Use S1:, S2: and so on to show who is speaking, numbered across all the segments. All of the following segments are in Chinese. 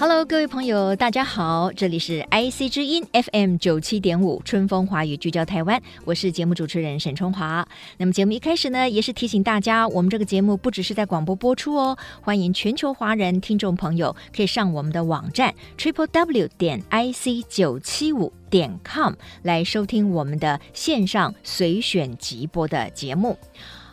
S1: Hello，各位朋友，大家好，这里是 IC 之音 FM 九七点五春风华语聚焦台湾，我是节目主持人沈春华。那么节目一开始呢，也是提醒大家，我们这个节目不只是在广播播出哦，欢迎全球华人听众朋友可以上我们的网站 triple w 点 IC 九七五。点 com 来收听我们的线上随选集播的节目。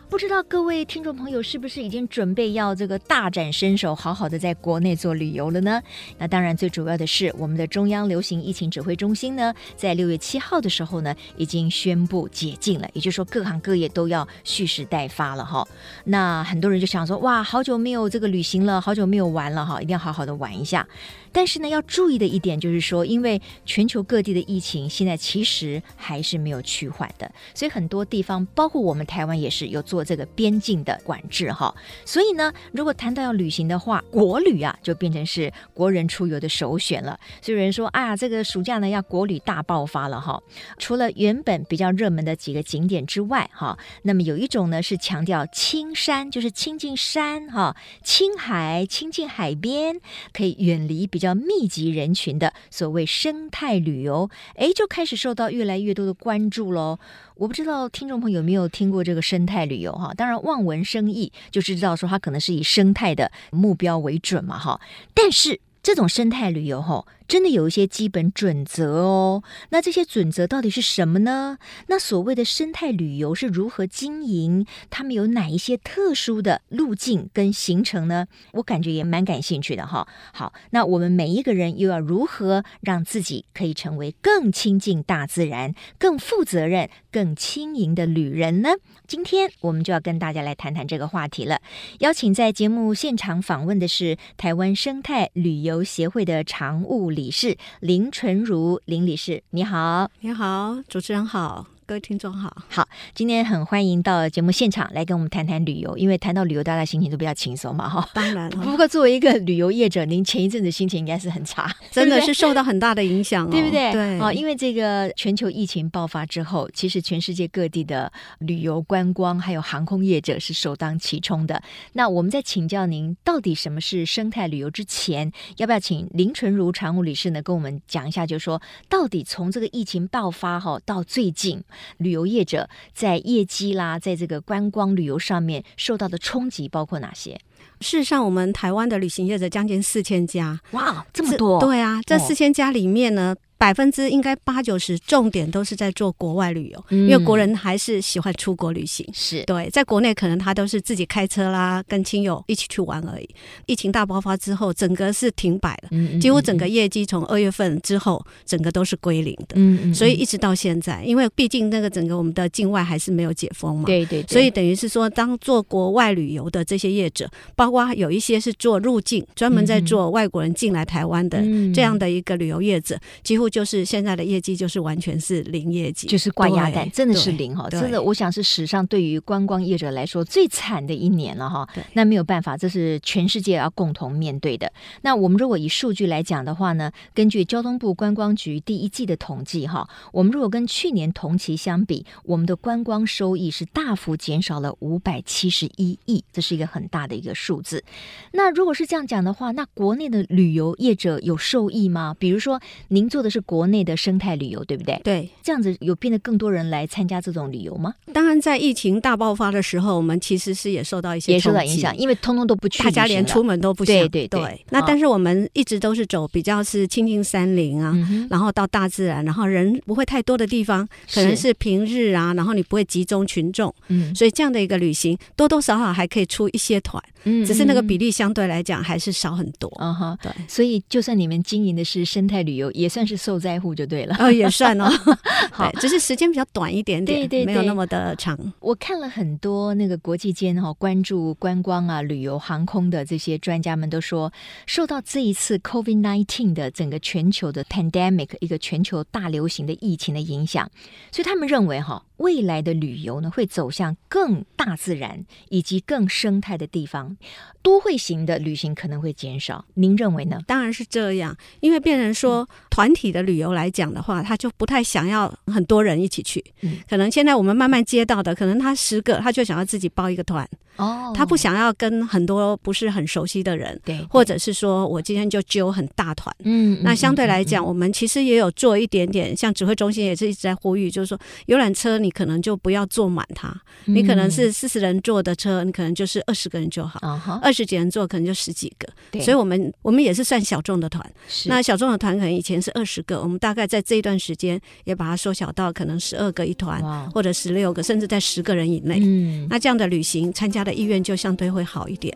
S1: 不知道各位听众朋友是不是已经准备要这个大展身手，好好的在国内做旅游了呢？那当然，最主要的是我们的中央流行疫情指挥中心呢，在六月七号的时候呢，已经宣布解禁了，也就是说各行各业都要蓄势待发了哈。那很多人就想说，哇，好久没有这个旅行了，好久没有玩了哈，一定要好好的玩一下。但是呢，要注意的一点就是说，因为全球各地的疫情现在其实还是没有趋缓的，所以很多地方，包括我们台湾也是有做这个边境的管制哈。所以呢，如果谈到要旅行的话，国旅啊就变成是国人出游的首选了。所以有人说啊，这个暑假呢要国旅大爆发了哈。除了原本比较热门的几个景点之外哈，那么有一种呢是强调青山，就是亲近山哈，青海、亲近海边，可以远离比较密集人群的所谓生态旅游，诶，就开始受到越来越多的关注喽。我不知道听众朋友有没有听过这个生态旅游哈？当然望文生义，就知道说它可能是以生态的目标为准嘛哈。但是这种生态旅游哈，真的有一些基本准则哦。那这些准则到底是什么呢？那所谓的生态旅游是如何经营？他们有哪一些特殊的路径跟行程呢？我感觉也蛮感兴趣的哈。好，那我们每一个人又要如何让自己可以成为更亲近大自然、更负责任、更轻盈的旅人呢？今天我们就要跟大家来谈谈这个话题了。邀请在节目现场访问的是台湾生态旅游协会的常务理事林纯如林理事，你好。
S2: 你好，主持人好，各位听众好。
S1: 今天很欢迎到节目现场来跟我们谈谈旅游，因为谈到旅游，大家心情都比较轻松嘛，哈。
S2: 当然了，
S1: 不过作为一个旅游业者，您前一阵子心情应该是很差，
S2: 真的
S1: 对不对
S2: 是受到很大的影响、哦，
S1: 对不对？
S2: 对，
S1: 哦，因为这个全球疫情爆发之后，其实全世界各地的旅游、观光还有航空业者是首当其冲的。那我们在请教您，到底什么是生态旅游之前，要不要请林纯如常务理事呢跟我们讲一下，就是说到底从这个疫情爆发哈到最近，旅游业者在业绩啦，在这个观光旅游上面受到的冲击包括哪些？
S2: 事实上，我们台湾的旅行业者将近四千家，
S1: 哇，这么多！
S2: 这对啊，这
S1: 哦
S2: 四千家里面呢，百分之应该八九十重点都是在做国外旅游，
S1: 嗯
S2: 因为国人还是喜欢出国旅行。
S1: 是
S2: 对，在国内可能他都是自己开车啦，跟亲友一起去玩而已。疫情大爆发之后，整个是停摆了，
S1: 嗯嗯
S2: 几乎整
S1: 嗯
S2: 个业绩从二月份之后，整个都是归零的。
S1: 嗯嗯，
S2: 所以
S1: 嗯
S2: 一直到现在，因为毕竟那个整个我们的境外还是没有解封嘛，，
S1: 对对，对
S2: 所以等于是说，当做国外旅游的这些业者，包括有一些是做入境，专门在做外国人进来台湾的。
S1: 嗯
S2: 呃这样的一个旅游业者，几乎就是现在的业绩就是完全是零业绩，
S1: 就是挂鸭
S2: 对
S1: 蛋，真的是
S2: 对
S1: 零哈，
S2: 对
S1: 真的，我想是史上对于观光业者来说最惨的一年了哈
S2: 对。
S1: 那没有办法，这是全世界要共同面对的。那我们如果以数据来讲的话呢，根据交通部观光局第一季的统计哈，我们如果跟去年同期相比，我们的观光收益是大幅减少了五百七十一亿，这是一个很大的一个数字。那如果是这样讲的话，那国内的旅游业者有受益吗？比如说，您做的是国内的生态旅游，对不对？
S2: 对。
S1: 这样子有变得更多人来参加这种旅游吗？
S2: 当然，在疫情大爆发的时候，我们其实是也受到一些
S1: 也受到
S2: 冲击
S1: 影响，，因为通通都不去旅
S2: 大
S1: 行了，
S2: 家连出门都不想。
S1: 对对对
S2: 那
S1: 啊
S2: 但是我们一直都是走比较是亲近山林啊，
S1: 嗯哼，
S2: 然后到大自然，然后人不会太多的地方，可能是平日啊，然后你不会集中群众，
S1: 嗯
S2: 所以这样的一个旅行多多少少还可以出一些团，
S1: 嗯
S2: 只是那个比
S1: 例，
S2: 例相对来讲还是少很多。
S1: 嗯嗯嗯哈。
S2: 对
S1: 所以，就算你们经营的是生态旅游，也算是受灾户就对了。。
S2: 哦，也算哦
S1: 好
S2: 对，只是时间比较短一点点，
S1: 对对对
S2: 没有那么的长。
S1: 我看了很多那个国际间哈、哦、关注观光啊、旅游、航空的这些专家们都说，受到这一次 COVID 1 9的整个全球的 pandemic 一个全球大流行的疫情的影响，所以他们认为哈、未来的旅游呢会走向更大自然以及更生态的地方，都会型的旅行可能会减少。您认为呢？
S2: 当然是这样，因为变成
S1: 嗯
S2: 说团体的旅游来讲的话，他就不太想要很多人一起去。
S1: 嗯
S2: 可能现在我们慢慢接到的，可能他十个，他就想要自己包一个团，
S1: 哦
S2: 他不想要跟很多不是很熟悉的人，
S1: 对，对
S2: 或者是说我今天就揪很大团。
S1: 嗯，
S2: 那
S1: 嗯
S2: 相对来
S1: 嗯嗯
S2: 讲，我们其实也有做一点点，像指挥中心也是一直在呼吁，就是说游览车你可能就不要坐满它，
S1: 嗯
S2: 你可能是四十人坐的车，你可能就是二十个人就好，
S1: 啊哈，
S2: 二十几人坐可能就十几个，
S1: 对
S2: 所以我们我们也是算小众的团。
S1: 是
S2: 那小众的团可能以前是二十个，我们大概在这一段时间也把它缩小到可能十二个一团，
S1: 哇
S2: 或者十六个，甚至在十个人以内。
S1: 嗯
S2: 那这样的旅行参加的意愿就相对会好一点。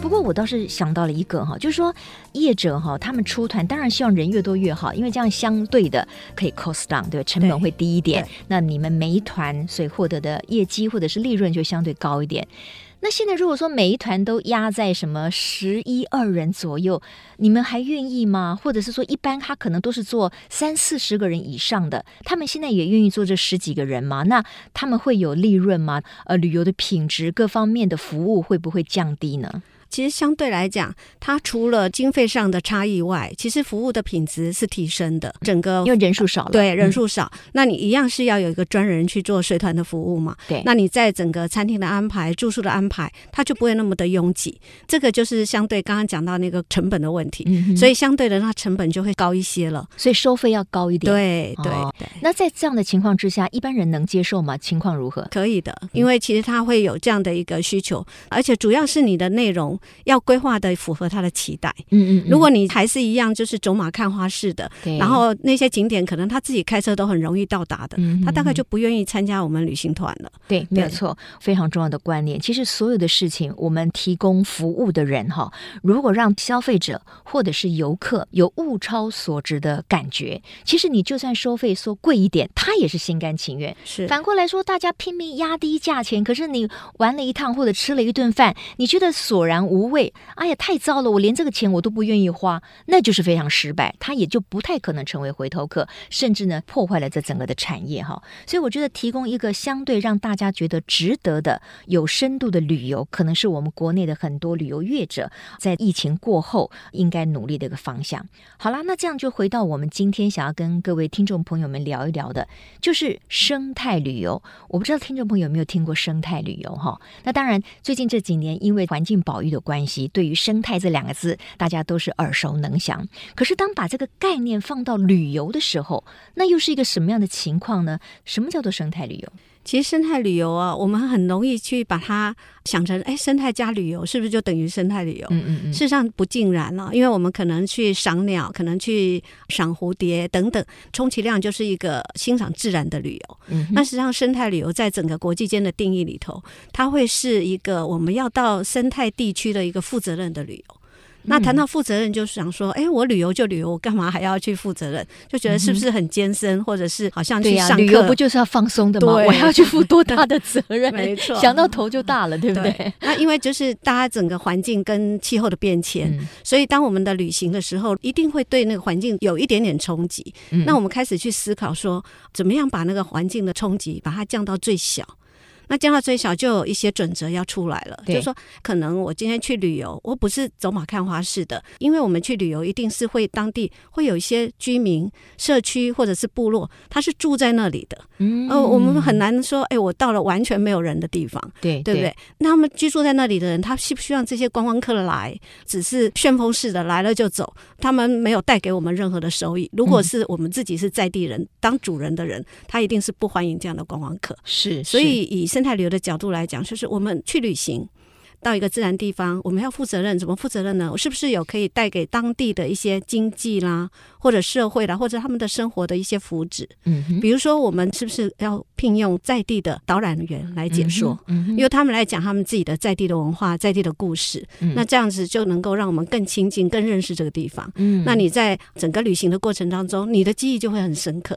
S1: 不过我倒是想到了一个哈，就是说业者哈，他们出团当然希望人越多越好，因为这样相对的可以 cost down，对吧？成本会低一点
S2: 对。
S1: 那你们每一团所以获得的业绩或者是利润就相对高一点。那现在如果说每一团都压在什么十一二人左右，你们还愿意吗？或者是说，一般他可能都是做三四十个人以上的，他们现在也愿意做这十几个人吗？那他们会有利润吗？呃，旅游的品质各方面的服务会不会降低呢？
S2: 其实相对来讲，它除了经费上的差异外，其实服务的品质是提升的。整个
S1: 嗯因为人数少了，
S2: 对人
S1: 嗯、
S2: 数少，那你一样是要有一个专人去做随团的服务嘛？
S1: 对
S2: 那你在整个餐厅的安排、住宿的安排，它就不会那么的拥挤。这个就是相对刚刚讲到那个成本的问题，
S1: 嗯哼
S2: 所以相对的，它成本就会高一些了。
S1: 所以收费要高一点。，
S2: 对对
S1: 哦
S2: 对。
S1: 那在这样的情况之下，一般人能接受吗？情况如何？
S2: 可以的，
S1: 嗯
S2: 因为其实它会有这样的一个需求，而且主要是你的内容要规划的符合他的期待。
S1: 嗯
S2: 如果你还是一样就是走马看花式的，
S1: 对
S2: 然后那些景点可能他自己开车都很容易到达的，
S1: 嗯
S2: 他大概就不愿意参加我们旅行团了。
S1: 对，没有
S2: 对
S1: 错，非常重要的观念。其实所有的事情，我们提供服务的人哈，如果让消费者或者是游客有物超所值的感觉，其实你就算收费说贵一点，他也是心甘情愿。
S2: 是
S1: 反过来说，大家拼命压低价钱，可是你玩了一趟或者吃了一顿饭，你觉得索然无味，哎呀，太糟了，我连这个钱我都不愿意花，那就是非常失败，他也就不太可能成为回头客，甚至呢破坏了这整个的产业哈。所以我觉得提供一个相对让大家觉得值得的、有深度的旅游，可能是我们国内的很多旅游业者在疫情过后应该努力的一个方向。好啦，那这样就回到我们今天想要跟各位听众朋友们聊一聊的，就是生态旅游。我不知道听众朋友有没有听过生态旅游哈？那当然，最近这几年因为环境保育的关系，对于生态这两个字，大家都是耳熟能详。可是当把这个概念放到旅游的时候，那又是一个什么样的情况呢？什么叫做生态旅游？
S2: 其实生态旅游啊，我们很容易去把它想成，哎，生态加旅游是不是就等于生态旅游？
S1: 嗯嗯嗯
S2: 事实上不尽然了，因为我们可能去赏鸟，可能去赏蝴蝶等等，充其量就是一个欣赏自然的旅游。
S1: 嗯哼，
S2: 那实际上，生态旅游在整个国际间的定义里头，它会是一个我们要到生态地区的一个负责任的旅游。那谈到负责任，就是想说，哎、我旅游就旅游，我干嘛还要去负责任？就觉得是不是很艰深，或者是好像
S1: 嗯对
S2: 去
S1: 呀、
S2: 上课、
S1: 旅游不就是要放松的吗？
S2: 对
S1: 我还要去负多大的责任？
S2: 没错
S1: 想到头就大了，对不对？
S2: 对那因为就是大家整个环境跟气候的变迁，
S1: 嗯
S2: 所以当我们的旅行的时候，一定会对那个环境有一点点冲击。
S1: 嗯
S2: 那我们开始去思考说，怎么样把那个环境的冲击把它降到最小。那降到最小，就有一些准则要出来了，就
S1: 对
S2: 是说，可能我今天去旅游，我不是走马看花式的，因为我们去旅游一定是会当地会有一些居民、社区或者是部落，他是住在那里的，
S1: 嗯
S2: 呃，我们很难说，哎，我到了完全没有人的地方，
S1: 对
S2: 对不对？那他们居住在那里的人，他需不需要这些观光客来？只是旋风式的来了就走，他们没有带给我们任何的收益。如
S1: 嗯
S2: 果是我们自己是在地人，当主人的人，他一定是不欢迎这样的观光客。
S1: 是，
S2: 所
S1: 是
S2: 以以生态旅游的角度来讲，就是我们去旅行。到一个自然地方，我们要负责任，怎么负责任呢？我是不是有可以带给当地的一些经济啦，或者社会啦，或者他们的生活的一些福祉？
S1: 嗯哼，
S2: 比如说，我们是不是要聘用在地的导览员来解说？
S1: 嗯哼，
S2: 因为他们来讲他们自己的在地的文化、在地的故事，
S1: 嗯
S2: 那这样子就能够让我们更亲近、更认识这个地方。
S1: 嗯
S2: 那你在整个旅行的过程当中，你的记忆就会很深刻。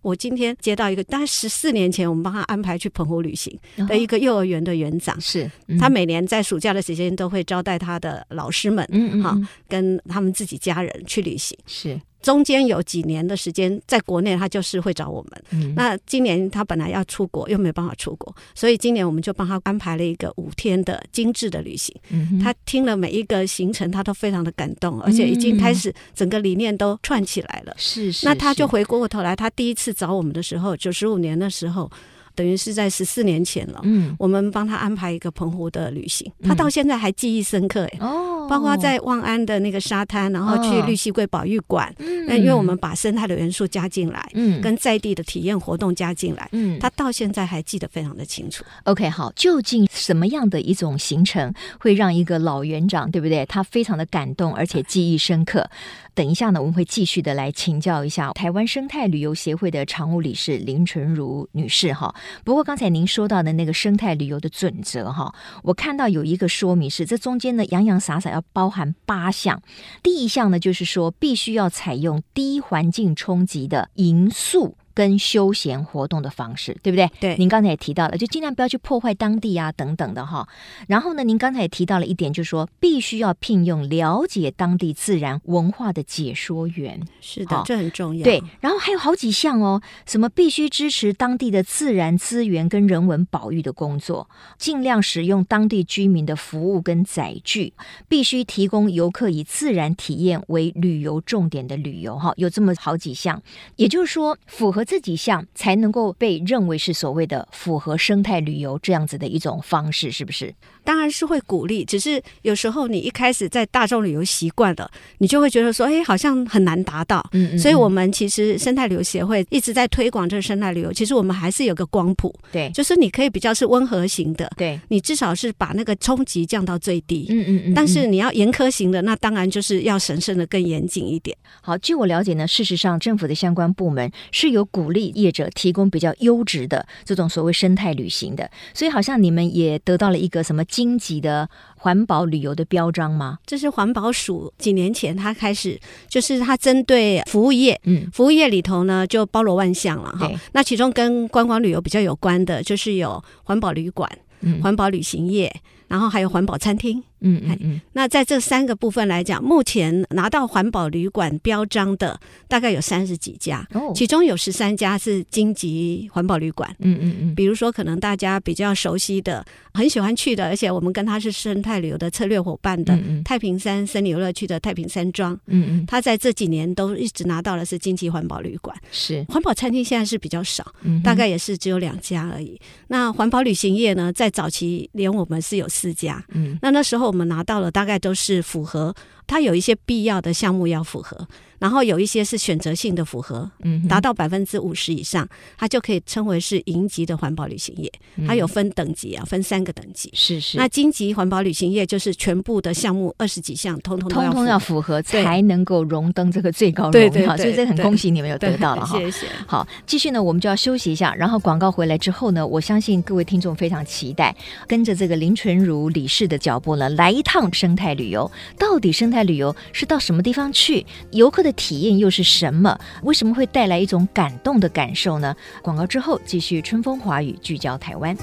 S2: 我今天接到一个，大概十四年前，我们帮他安排去澎湖旅行的一
S1: 哦
S2: 个幼儿园的园长，
S1: 是嗯
S2: 他，每年在暑假的时间都会招待他的老师们
S1: 嗯嗯嗯，
S2: 好
S1: 嗯
S2: 跟他们自己家人去旅行。
S1: 是，
S2: 中间有几年的时间，在国内他就是会找我们。
S1: 嗯
S2: 那今年他本来要出国，又没有办法出国，所以今年我们就帮他安排了一个五天的精致的旅行。
S1: 嗯哼
S2: 他听了每一个行程，他都非常的感动，而且已经开始整个理念都串起来了。
S1: 是嗯是，
S2: 那他
S1: 是
S2: 就回过头来，他第一次找我们的时候，九十五年的时候，等于是在十四年前了。
S1: 嗯
S2: 我们帮他安排一个澎湖的旅行，
S1: 嗯
S2: 他到现在还记忆深刻诶，
S1: 哦，
S2: 嗯包括在望安的那个沙滩，然后去
S1: 哦
S2: 绿溪桂保育馆，那、
S1: 嗯，
S2: 因为我们把生态的元素加进来，
S1: 嗯
S2: 跟在地的体验活动加进来，
S1: 嗯，
S2: 他到现在还记得非常的清楚。
S1: OK，好，究竟什么样的一种行程会让一个老园长，对不对？他非常的感动，而且记忆深刻。等一下呢，我们会继续的来请教一下台湾生态旅游协会的常务理事林纯如女士哈。不过刚才您说到的那个生态旅游的准则哈，我看到有一个说明是，这中间呢洋洋洒洒要包含八项。第一项呢，就是说必须要采用低环境冲击的营宿。跟休闲活动的方式，对不对？
S2: 对
S1: 您刚才也提到了，就尽量不要去破坏当地啊等等的哈。然后呢，您刚才也提到了一点，就是说必须要聘用了解当地自然文化的解说员。
S2: 是
S1: 好
S2: 的，这很重要。
S1: 对，然后还有好几项哦，什么必须支持当地的自然资源跟人文保育的工作，尽量使用当地居民的服务跟载具，必须提供游客以自然体验为旅游重点的旅游哈，有这么好几项，也就是说符合这几项才能够被认为是所谓的符合生态旅游这样子的一种方式，是不是？
S2: 当然是会鼓励，只是有时候你一开始在大众旅游习惯了，你就会觉得说，哎，好像很难达到。
S1: 嗯
S2: 所以，我们其实生态旅游协会一直在推广这个生态旅游。其实我们还是有个光谱，
S1: 对
S2: 就是你可以比较是温和型的，
S1: 对，
S2: 你至少是把那个冲击降到最低。
S1: 嗯嗯嗯，
S2: 但是你要严苛型的，那当然就是要神圣的更严谨一点。
S1: 好，据我了解呢，事实上政府的相关部门是有鼓励业者提供比较优质的这种所谓生态旅行的，所以好像你们也得到了一个什么荆棘的环保旅游的标章吗？
S2: 这是环保署几年前他开始，就是他针对服务业，
S1: 嗯，
S2: 服务业里头呢，就包罗万象了哈
S1: 对。
S2: 那其中跟观光旅游比较有关的，就是有环保旅馆、
S1: 嗯
S2: 环保旅行业，然后还有环保餐厅。
S1: 嗯嗯嗯，
S2: 那在这三个部分来讲，目前拿到环保旅馆标章的大概有三十几家，
S1: 哦，
S2: 其中有十三家是荆棘环保旅馆。
S1: 嗯嗯嗯，
S2: 比如说，可能大家比较熟悉的、很喜欢去的，而且我们跟它是生态旅游的策略伙伴的、
S1: 嗯嗯
S2: 太平山森林游乐区的太平山庄，
S1: 嗯嗯
S2: 它在这几年都一直拿到了是荆棘环保旅馆。
S1: 是，
S2: 环保餐厅现在是比较少，
S1: 嗯哼
S2: 大概也是只有两家而已。那环保旅行业呢，在早期连我们是有四家。
S1: 嗯
S2: 那那时候我们拿到了，大概都是符合，它有一些必要的项目要符合，然后有一些是选择性的符合，
S1: 嗯哼
S2: 达到百分之五十以上，它就可以称为是银级的环保旅行业。
S1: 嗯
S2: 它有分等级啊，分三个等级。
S1: 是是，
S2: 那金级环保旅行业就是全部的项目二十几项，通通都
S1: 通
S2: 要
S1: 通
S2: 符
S1: 要
S2: 合
S1: 符合
S2: 对
S1: 才能够荣登这个最高荣耀，
S2: 对对
S1: 所以
S2: 对
S1: 这很
S2: 对
S1: 恭喜你们有得到了哈。
S2: 谢谢。
S1: 好，继续呢，我们就要休息一下，然后广告回来之后呢，我相信各位听众非常期待，跟着这个林纯如理事的脚步呢，来一趟生态旅游。到底生态旅游是到什么地方去？游客的体验又是什么？为什么会带来一种感动的感受呢？广告之后继续春风华语，聚焦台湾。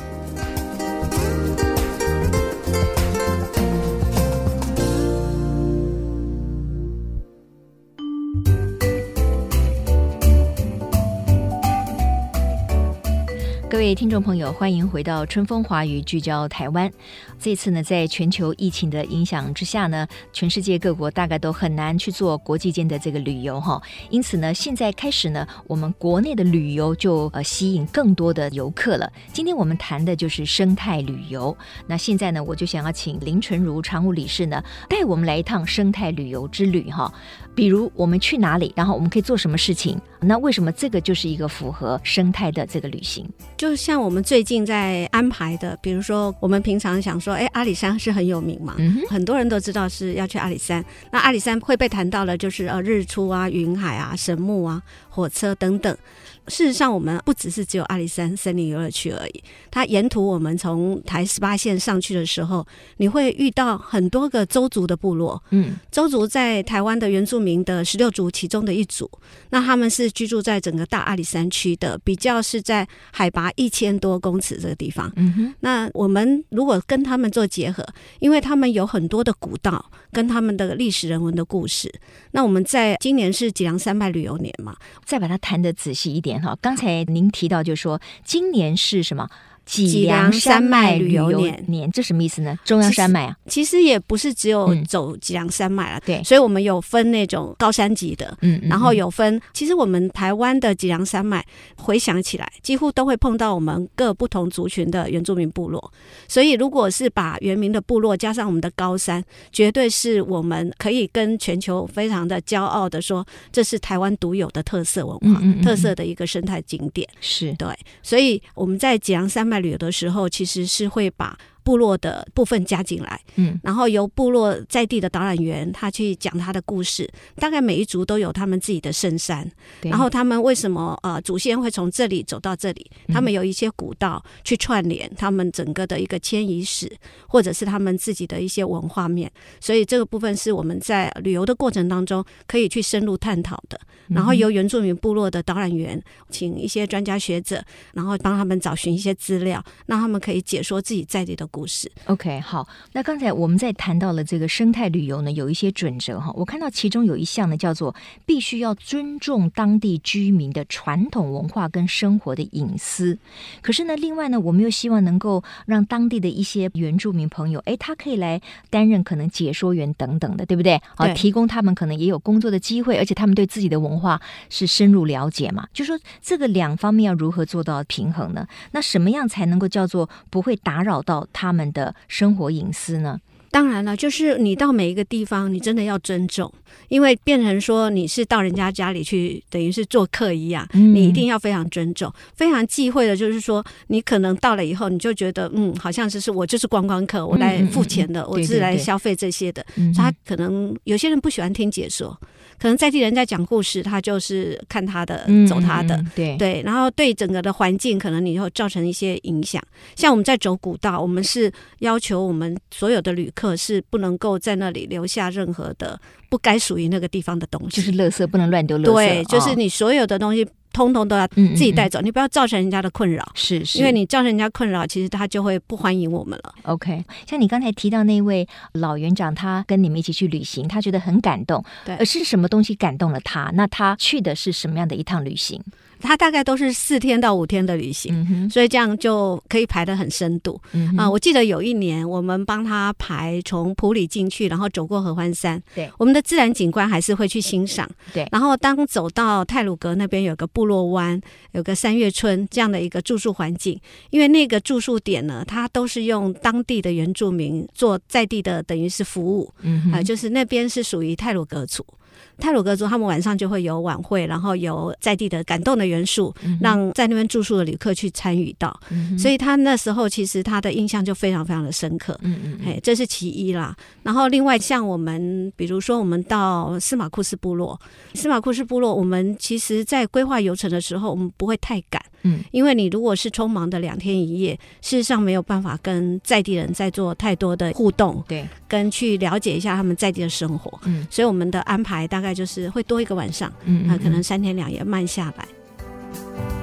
S1: 各位听众朋友，欢迎回到春风华语聚焦台湾。这次呢，在全球疫情的影响之下呢，全世界各国大概都很难去做国际间的这个旅游哈。因此呢，现在开始呢，我们国内的旅游就呃吸引更多的游客了。今天我们谈的就是生态旅游。那现在呢，我就呃想要请林纯如常务理事呢，带我们来一趟生态旅游之旅哈。比如我们去哪里，然后我们可以做什么事情，那为什么这个就是一个符合生态的这个旅行？
S2: 就像我们最近在安排的，比如说我们平常想说，哎，阿里山是很有名嘛，
S1: 嗯哼，
S2: 很多人都知道是要去阿里山。那阿里山会被谈到的，就是呃日出啊、云海啊、神木啊、火车等等。事实上，我们不只是只有阿里山森林游乐区而已。它沿途我们从台十八线上去的时候，你会遇到很多个周族的部落。
S1: 嗯
S2: 周族在台湾的原住民的十六族其中的一族，那他们是居住在整个大阿里山区的，比较是在海拔一千多公尺这个地方。
S1: 嗯哼，
S2: 那我们如果跟他们做结合，因为他们有很多的古道跟他们的历史人文的故事。那我们在今年是脊梁山脉旅游年嘛，
S1: 再把它谈得仔细一点哈。刚才您提到，就是说今年是什么？脊
S2: 脊
S1: 梁
S2: 梁
S1: 山
S2: 山
S1: 脉
S2: 脉
S1: 旅
S2: 旅游
S1: 游
S2: 年
S1: 年，这什么意思呢？中央山脉啊，
S2: 其实也不是只有
S1: 嗯
S2: 走脊梁山脉了，
S1: 对
S2: 所以我们有分那种高山级的。
S1: 嗯，嗯
S2: 然后
S1: 嗯
S2: 有分，其实我们台湾的脊梁山脉，回想起来几乎都会碰到我们各不同族群的原住民部落，所以如果是把原民的部落加上我们的高山，绝对是我们可以跟全球非常的骄傲的说，这是台湾独有的特色文化、
S1: 嗯嗯嗯嗯
S2: 特色的一个生态景点。
S1: 是
S2: 对，所以我们在脊梁山脉旅游的时候，其实是会把部落的部分加进来，
S1: 嗯，
S2: 然后由部落在地的导览员他去讲他的故事。大概每一族都有他们自己的圣山，
S1: 对
S2: 然后他们为什么呃祖先会从这里走到这里？他们有一些古道去串联他们整个的一个迁移史，或者是他们自己的一些文化面。所以这个部分是我们在旅游的过程当中可以去深入探讨的。然后由原住民部落的导览员，请一些专家学者，然后帮他们找寻一些资料，让他们可以解说自己在地的故事。
S1: OK，好，那刚才我们在谈到了这个生态旅游呢，有一些准则哈。我看到其中有一项呢，叫做必须要尊重当地居民的传统文化跟生活的隐私。可是呢，另外呢，我们又希望能够让当地的一些原住民朋友，诶，他可以来担任可能解说员等等的，对不对？啊，
S2: 对
S1: 提供他们可能也有工作的机会，而且他们对自己的文化是深入了解嘛。就说这个两方面要如何做到平衡呢？那什么样才能够叫做不会打扰到他们的生活隐私呢？
S2: 当然了，就是你到每一个地方，你真的要尊重，因为变成说你是到人家家里去，等于是做客一样，
S1: 嗯
S2: 你一定要非常尊重。非常忌讳的就是说，你可能到了以后，你就觉得嗯，好像就是我就是观光客，我来付钱的，我
S1: 对
S2: 是来
S1: 嗯对对
S2: 消费这些的。
S1: 嗯
S2: 所以他可能有些人不喜欢听解说，可能在地人在讲故事，他就是看他的，走他的。，
S1: 嗯对，
S2: 对，然后对整个的环境可能你会造成一些影响。像我们在走古道，我们是要求我们所有的旅客是不能够在那里留下任何的不该属于那个地方的东西，
S1: 就是垃圾不能乱丢垃圾，
S2: 对，就是
S1: 哦
S2: 你所有的东西通通都要
S1: 嗯嗯
S2: 自己带
S1: 嗯
S2: 走，你不要造成人家的困扰。
S1: 是是，
S2: 因为你造成人家困扰，其实他就会不欢迎我们了。
S1: OK，像你刚才提到那位老园长，他跟你们一起去旅行，他觉得很感动，
S2: 对
S1: 呃，是什么东西感动了他？那他去的是什么样的一趟旅行？
S2: 他大概都是四天到五天的旅行，
S1: 嗯哼，
S2: 所以这样就可以排得很深度。
S1: 嗯
S2: 啊、
S1: 哼，
S2: 我记得有一年我们帮他排从普里进去，然后走过合欢山。
S1: 对
S2: 我们的自然景观还是会去欣赏。
S1: 对
S2: 然后当走到泰鲁阁那边有个部落湾，有个三月村这样的一个住宿环境，因为那个住宿点呢，它都是用当地的原住民做在地的等于是服务，
S1: 嗯
S2: 啊、
S1: 哼，
S2: 就是那边是属于泰鲁格族。泰鲁格族他们晚上就会有晚会，然后有在地的感动的元素，
S1: 嗯
S2: 让在那边住宿的旅客去参与到。所以他那时候其实他的印象就非常非常的深刻。
S1: 嗯嗯嗯，
S2: 哎，这是其一啦。然后另外像我们，比如说我们到司马库斯部落，司马库斯部落，我们其实在规划游程的时候，我们不会太赶，
S1: 嗯，
S2: 因为你如果是匆忙的两天一夜，事实上没有办法跟在地人再做太多的互动，
S1: 对，
S2: 跟去了解一下他们在地的生活。
S1: 嗯
S2: 所以我们的安排大概就是会多一个晚上，
S1: 嗯
S2: 啊、
S1: 嗯，
S2: 可能三天两夜慢下来。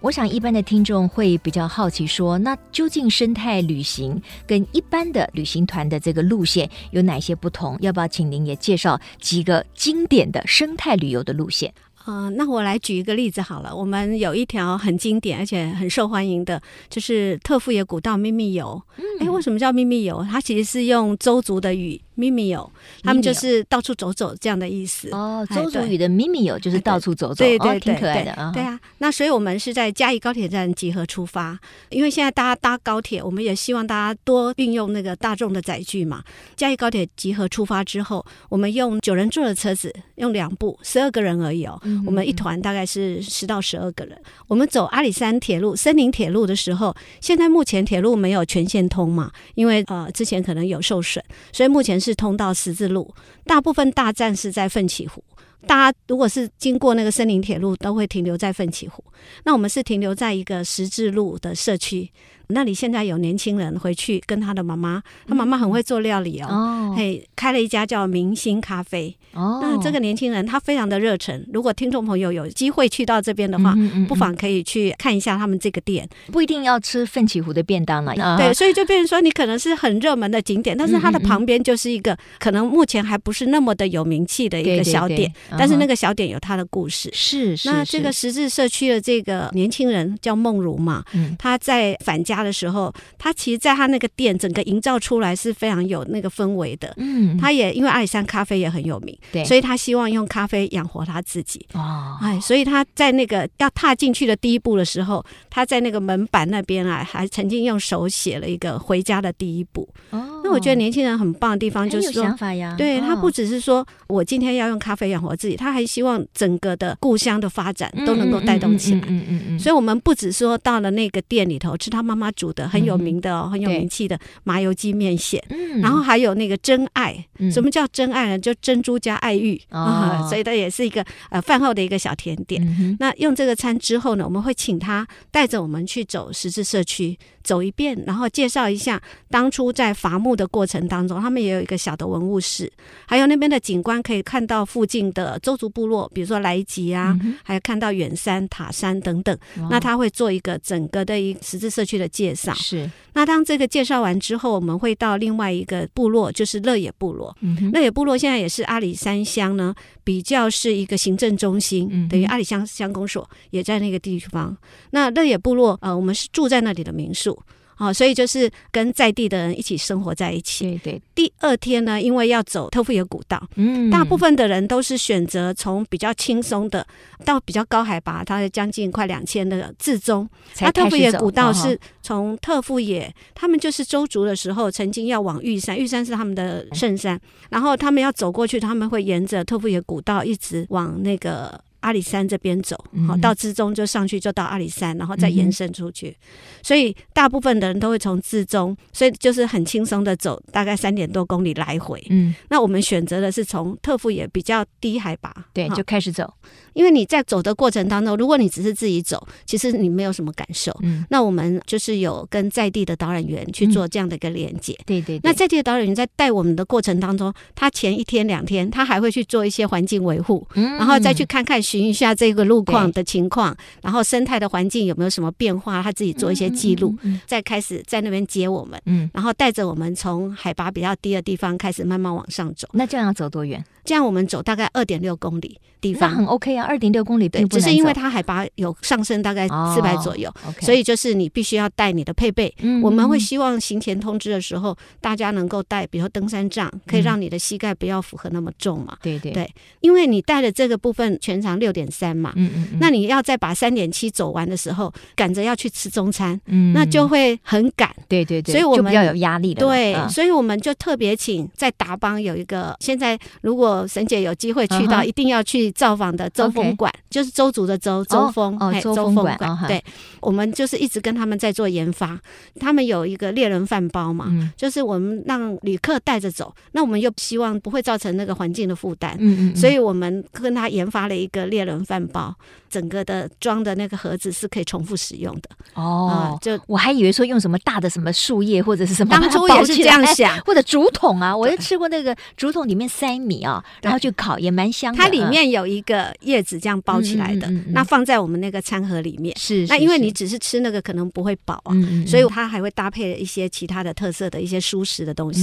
S1: 我想一般的听众会比较好奇说，那究竟生态旅行跟一般的旅行团的这个路线有哪些不同？要不要请您也介绍几个经典的生态旅游的路线？
S2: 呃，那我来举一个例子好了。我们有一条很经典而且很受欢迎的，就是特富野古道秘密游。哎、为什么叫秘密游？它其实是用周族的语 Mimio，他们就
S1: Mimeo
S2: 是到处走走这样的意思。
S1: 哦，
S2: 哎
S1: 周楚
S2: 对
S1: 雨的 Mimi 有就是
S2: 哎对
S1: 到处走走，
S2: 对
S1: 哦
S2: 对
S1: 挺
S2: 对
S1: 可爱的
S2: 对
S1: 啊。
S2: 对啊，那所以我们是在嘉义高铁站集合出发，因为现在大家搭高铁，我们也希望大家多运用那个大众的载具嘛。嘉义高铁集合出发之后，我们用九人座的车子，用两部，十二个人而已哦。
S1: 嗯
S2: 我们一团大概是十到十二个人。我们走阿里山铁路、森林铁路的时候，现在目前铁路没有全线通嘛，因为呃之前可能有受损，所以目前是通到十字路，大部分大站是在奋起湖。大家如果是经过那个森林铁路，都会停留在奋起湖。那我们是停留在一个十字路的社区，那里现在有年轻人回去跟他的妈妈，他妈妈很会做料理哦，
S1: 哦
S2: 嘿，开了一家叫明星咖啡。
S1: 哦，
S2: 那这个年轻人他非常的热忱，如果听众朋友有机会去到这边的话，
S1: 嗯哼嗯
S2: 不妨可以去看一下他们这个店。
S1: 不一定要吃奋起湖的便当了，啊
S2: 对，所以就变成说，你可能是很热门的景点，但是它的
S1: 嗯嗯嗯
S2: 旁边就是一个可能目前还不是那么的有名气的一
S1: 对
S2: 个
S1: 对
S2: 小
S1: 对
S2: 点，但是那
S1: 嗯哼
S2: 个小点有它的故事。
S1: 是是
S2: 那这个
S1: 是
S2: 十字社区的这个年轻人叫梦如嘛，
S1: 嗯
S2: 他在返家的时候，他其实在他那个店整个营造出来是非常有那个氛围的。
S1: 嗯，
S2: 他也因为阿里山咖啡也很有名，
S1: 对
S2: 所以他希望用咖啡养活他自己。
S1: 哦
S2: 哎，所以他在那个要踏进去的第一步的时候，他在那个门板那边啊，还曾经用手写了一个回家的第一步。
S1: 哦
S2: 那我觉得年轻人很棒的地方就
S1: 很
S2: 是
S1: 有想
S2: 说。
S1: 法呀，
S2: 对他
S1: 哦
S2: 不只是说我今天要用咖啡养活自己，他还希望整个的故乡的发展都能够带动起来。
S1: 嗯嗯嗯嗯嗯嗯嗯嗯
S2: 所以，我们不只说到了那个店里头吃他妈妈煮的很有名的、哦、很有
S1: 嗯对
S2: 名气的麻油鸡面线，
S1: 嗯
S2: 然后还有那个真爱，
S1: 嗯
S2: 什么叫真爱呢？就珍珠加爱玉
S1: 哦
S2: 啊、所以它也是一个呃饭后的一个小甜点。
S1: 嗯哼
S2: 那用这个餐之后呢，我们会请他带着我们去走十字社区走一遍，然后介绍一下当初在伐木的过程当中，他们也有一个小的文物室，还有那边的景观可以看到附近的周族部落，比如说莱吉啊，
S1: 嗯
S2: 还有看到远山、塔山等等。
S1: 哼
S2: 那
S1: 哇
S2: 他会做一个整个的一十字社区的介绍。
S1: 是
S2: 那当这个介绍完之后，我们会到另外一个部落，就是乐野部落。
S1: 嗯哼
S2: 乐野部落现在也是阿里山乡呢，比较是一个行政中心，
S1: 嗯哼
S2: 等于阿里乡乡公所也在那个地方。那乐野部落，呃，我们是住在那里的民宿。啊、所以就是跟在地的人一起生活在一起。
S1: 对对
S2: 第二天呢，因为要走特富野古道，
S1: 嗯
S2: 大部分的人都是选择从比较轻松的到比较高海拔，它将近快两千的至中。
S1: 才
S2: 它特
S1: 开
S2: 富
S1: 始
S2: 野
S1: 走
S2: 古道
S1: 哦
S2: 是从特富野，他们就是周族的时候，曾经要往玉山，玉山是他们的圣山，然后他们要走过去，他们会沿着特富野古道一直往那个。阿里山这边走，好
S1: 嗯
S2: 到至中就上去，就到阿里山，然后再
S1: 嗯哼
S2: 延伸出去。所以大部分的人都会从至中，所以就是很轻松的走，大概三点多公里来回。
S1: 嗯
S2: 那我们选择的是从特富野比较低海拔，
S1: 对
S2: 哈
S1: 就开始走
S2: 因为你在走的过程当中，如果你只是自己走，其实你没有什么感受。
S1: 嗯
S2: 那我们就是有跟在地的导览员去做这样的一个连接。
S1: 对对
S2: 那
S1: 对
S2: 在地的导览员在带我们的过程当中，他前一天两天，他还会去做一些环境维护，
S1: 嗯
S2: 然后再去看看寻一下这个路况的情况，然后生态的环境有没有什么变化，他自己做一些记录，
S1: 嗯
S2: 再开始在那边接我们，
S1: 嗯嗯
S2: 然后带着我们从海拔比较低的地方开始慢慢往上走。
S1: 那这样要走多远？
S2: 这样我们走大概二点六公里地
S1: 那很
S2: 方，
S1: OK 啊，二点六公里
S2: 对
S1: 并，不
S2: 只是
S1: 难
S2: 因为
S1: 走
S2: 它海拔有上升，大概
S1: 哦
S2: 四百左右，
S1: OK
S2: 所以就是你必须要带你的配备。
S1: 嗯
S2: 我们
S1: 嗯
S2: 会
S1: 嗯
S2: 希望行前通知的时候，大家能够带，比如登山杖，可以
S1: 嗯
S2: 让你的膝盖不要负荷那么重嘛。
S1: 对对
S2: 对因为你带的这个部分全长六点三嘛，
S1: 嗯嗯嗯
S2: 那你要再把三点七走完的时候，赶着要去吃中餐，
S1: 嗯
S2: 那就会很赶。
S1: 对对对，
S2: 所以我
S1: 就比较
S2: 们
S1: 有压力了嘛。
S2: 对，
S1: 嗯
S2: 所以我们就特别请在达邦有一个，现在如果沈姐有机会去
S1: 嗯
S2: 到，
S1: 哼
S2: 一定要去造访的周
S1: OK
S2: 峰馆就是周族的周周峰
S1: 哦
S2: 嘿
S1: 周
S2: 周
S1: 峰
S2: 峰
S1: 馆嗯哼
S2: 对，我们就是一直跟他们在做研发，他们有一个猎人饭包嘛。
S1: 嗯
S2: 就是我们让旅客带着走，那我们又希望不会造成那个环境的负担，
S1: 嗯嗯，
S2: 所以我们跟他研发了一个猎人饭包，整个的装的那个盒子是可以重复使用的啊
S1: 哦、，
S2: 就
S1: 我还以为说用什么大的什么树叶或者是什么，
S2: 当
S1: 把它
S2: 初
S1: 包
S2: 也是
S1: 起
S2: 这样
S1: 来。
S2: 想，
S1: 或者竹筒啊，我就吃过那个竹筒里面塞米啊，然后就烤，也蛮香的。
S2: 它里
S1: 嗯
S2: 面有一个叶子这样包起来的，
S1: 嗯嗯嗯嗯
S2: 那放在我们那个餐盒里面。
S1: 是，
S2: 那
S1: 是
S2: 因为你
S1: 是
S2: 只是吃那个，可能不会饱啊，
S1: 嗯嗯
S2: 所以它还会搭配一些其他的特色的一些蔬食的东西。
S1: 嗯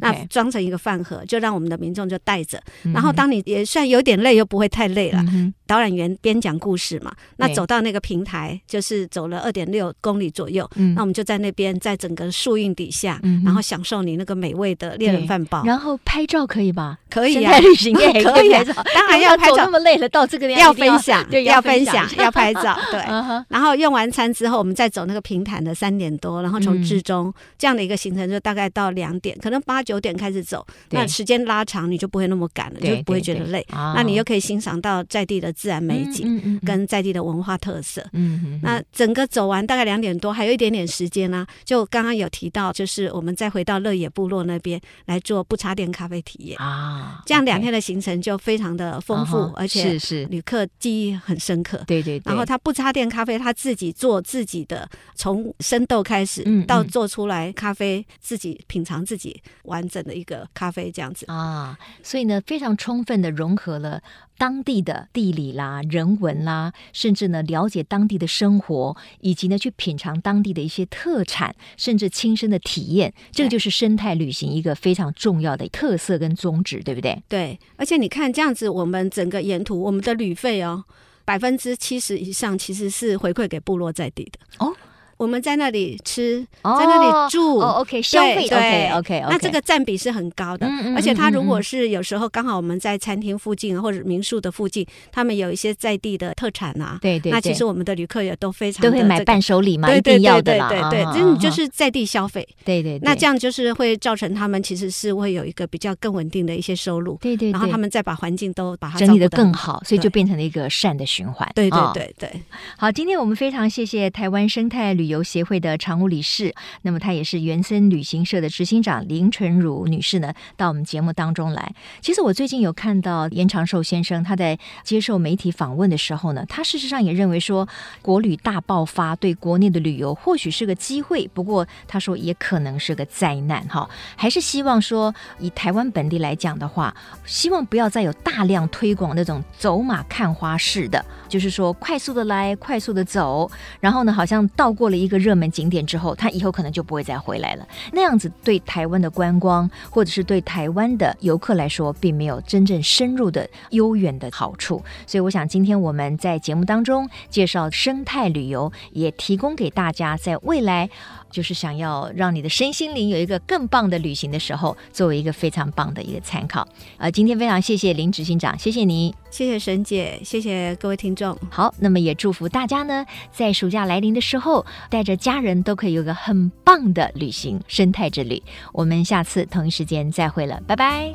S2: 那
S1: OK，
S2: 装成一个饭盒，就让我们的民众就带着，
S1: 嗯
S2: 然后当你也算有点累，又不会太累了，
S1: 嗯哼
S2: 导览员边讲故事嘛。那
S1: 对
S2: 走到那个平台，就是走了二点六公里左右，
S1: 嗯
S2: 那我们就在那边，在整个树荫底下，
S1: 嗯哼
S2: 然后享受你那个美味的猎人饭煲，
S1: 然后拍照可以吧？
S2: 可以
S1: 生
S2: 啊
S1: 态，旅行业也
S2: 可以啊
S1: 拍照，
S2: 当然要拍
S1: 走
S2: 照
S1: 那么累了，到这个地方
S2: 要
S1: 一定
S2: 分享，
S1: 对，
S2: 要
S1: 分
S2: 分享，要拍 照，对。
S1: 嗯哼，
S2: 然后用完餐之后，我们再走那个平坦的三点多，然后从至中、这样的一个行程，就大概到两点，可能八九点开始走。
S1: 对
S2: 那时间拉长，你就不会那么赶了，
S1: 对
S2: 就不会觉得
S1: 对
S2: 累。
S1: 啊
S2: 那你又可以欣赏到在地的自然美景、
S1: 嗯嗯嗯
S2: 跟在地的文化特色。
S1: 嗯嗯嗯
S2: 那整个走完大概两点多，还有一点点时间啦、就刚刚有提到，就是我们再回到乐野部落那边来做不插电咖啡体验。
S1: 啊，
S2: 这样两
S1: OK
S2: 天的行程就非常的丰富，
S1: 嗯哼
S2: 而
S1: 是
S2: 且
S1: 是，
S2: 旅客记忆很深刻。
S1: 对对对，
S2: 然后他不插电咖啡，他自己做自己的，从生豆开始
S1: 嗯嗯
S2: 到做出来咖啡，自己品尝自己完整的一个咖啡这样子。
S1: 啊，所以呢，非常充分的融合了当地的地理啦、人文啦，甚至呢了解当地的生活，以及呢去品尝当地的一些特产，甚至亲身的体验，这个
S2: 对
S1: 就是生态旅行一个非常重要的特色跟宗旨，对不对？
S2: 对，而且你看这样子，我们整个沿途我们的旅费哦，百分之七十以上其实是回馈给部落在地的
S1: 哦。
S2: 我们在那里吃，
S1: 哦
S2: 在那里住，
S1: 哦，OK，消费
S2: 对对
S1: OK，OK，OK
S2: 那这个占比是很高的。
S1: 嗯嗯
S2: 而且它如
S1: 嗯嗯
S2: 果
S1: 嗯
S2: 是有时候刚好我们在餐厅附近啊或者民宿的附近，他们有一些在地的特产啊，
S1: 对对
S2: 那其
S1: 对
S2: 实我们的旅客也都非常
S1: 都
S2: 的
S1: 会买
S2: 这个
S1: 伴手礼嘛，
S2: 对对
S1: 一定要
S2: 对
S1: 的
S2: 对
S1: 啦，
S2: 对对，
S1: 啊
S2: 这就
S1: 啊
S2: 是在地消费。
S1: 对对对，
S2: 那这
S1: 样
S2: 样就是会造成他们其实是会有一个比较更稳定的一些收入，
S1: 对对，
S2: 然后
S1: 对
S2: 他们再把环境都把它
S1: 整理
S2: 的
S1: 的更。好，所以就
S2: 对
S1: 变成了一个善的循环，
S2: 对对
S1: 啊
S2: 对对，
S1: 好，今天我们非常谢谢台湾生态旅游协会的常务理事，那么她也是原森旅行社的执行长林纯如女士呢，到我们节目当中来。其实我最近有看到严长寿先生他在接受媒体访问的时候呢，他事实上也认为说国旅大爆发对国内的旅游或许是个机会，不过他说也可能是个灾难哈，还是希望说以台湾本地来讲的话，希望不要再有大量推广那种走马看花式的，就是说快速的来，快速的走，然后呢，好像到过了一个热门景点之后，他以后可能就不会再回来了。那样子对台湾的观光或者是对台湾的游客来说，并没有真正深入的悠远的好处。所以，我想今天我们在节目当中介绍生态旅游，也提供给大家在未来就是想要让你的身心灵有一个更棒的旅行的时候，作为一个非常棒的一个参考。呃，今天非常谢谢林执行长，谢谢你。
S2: 谢谢沈姐，谢谢各位听众。
S1: 好，那么也祝福大家呢，在暑假来临的时候，带着家人都可以有个很棒的旅行生态之旅。我们下次同一时间再会了，拜拜。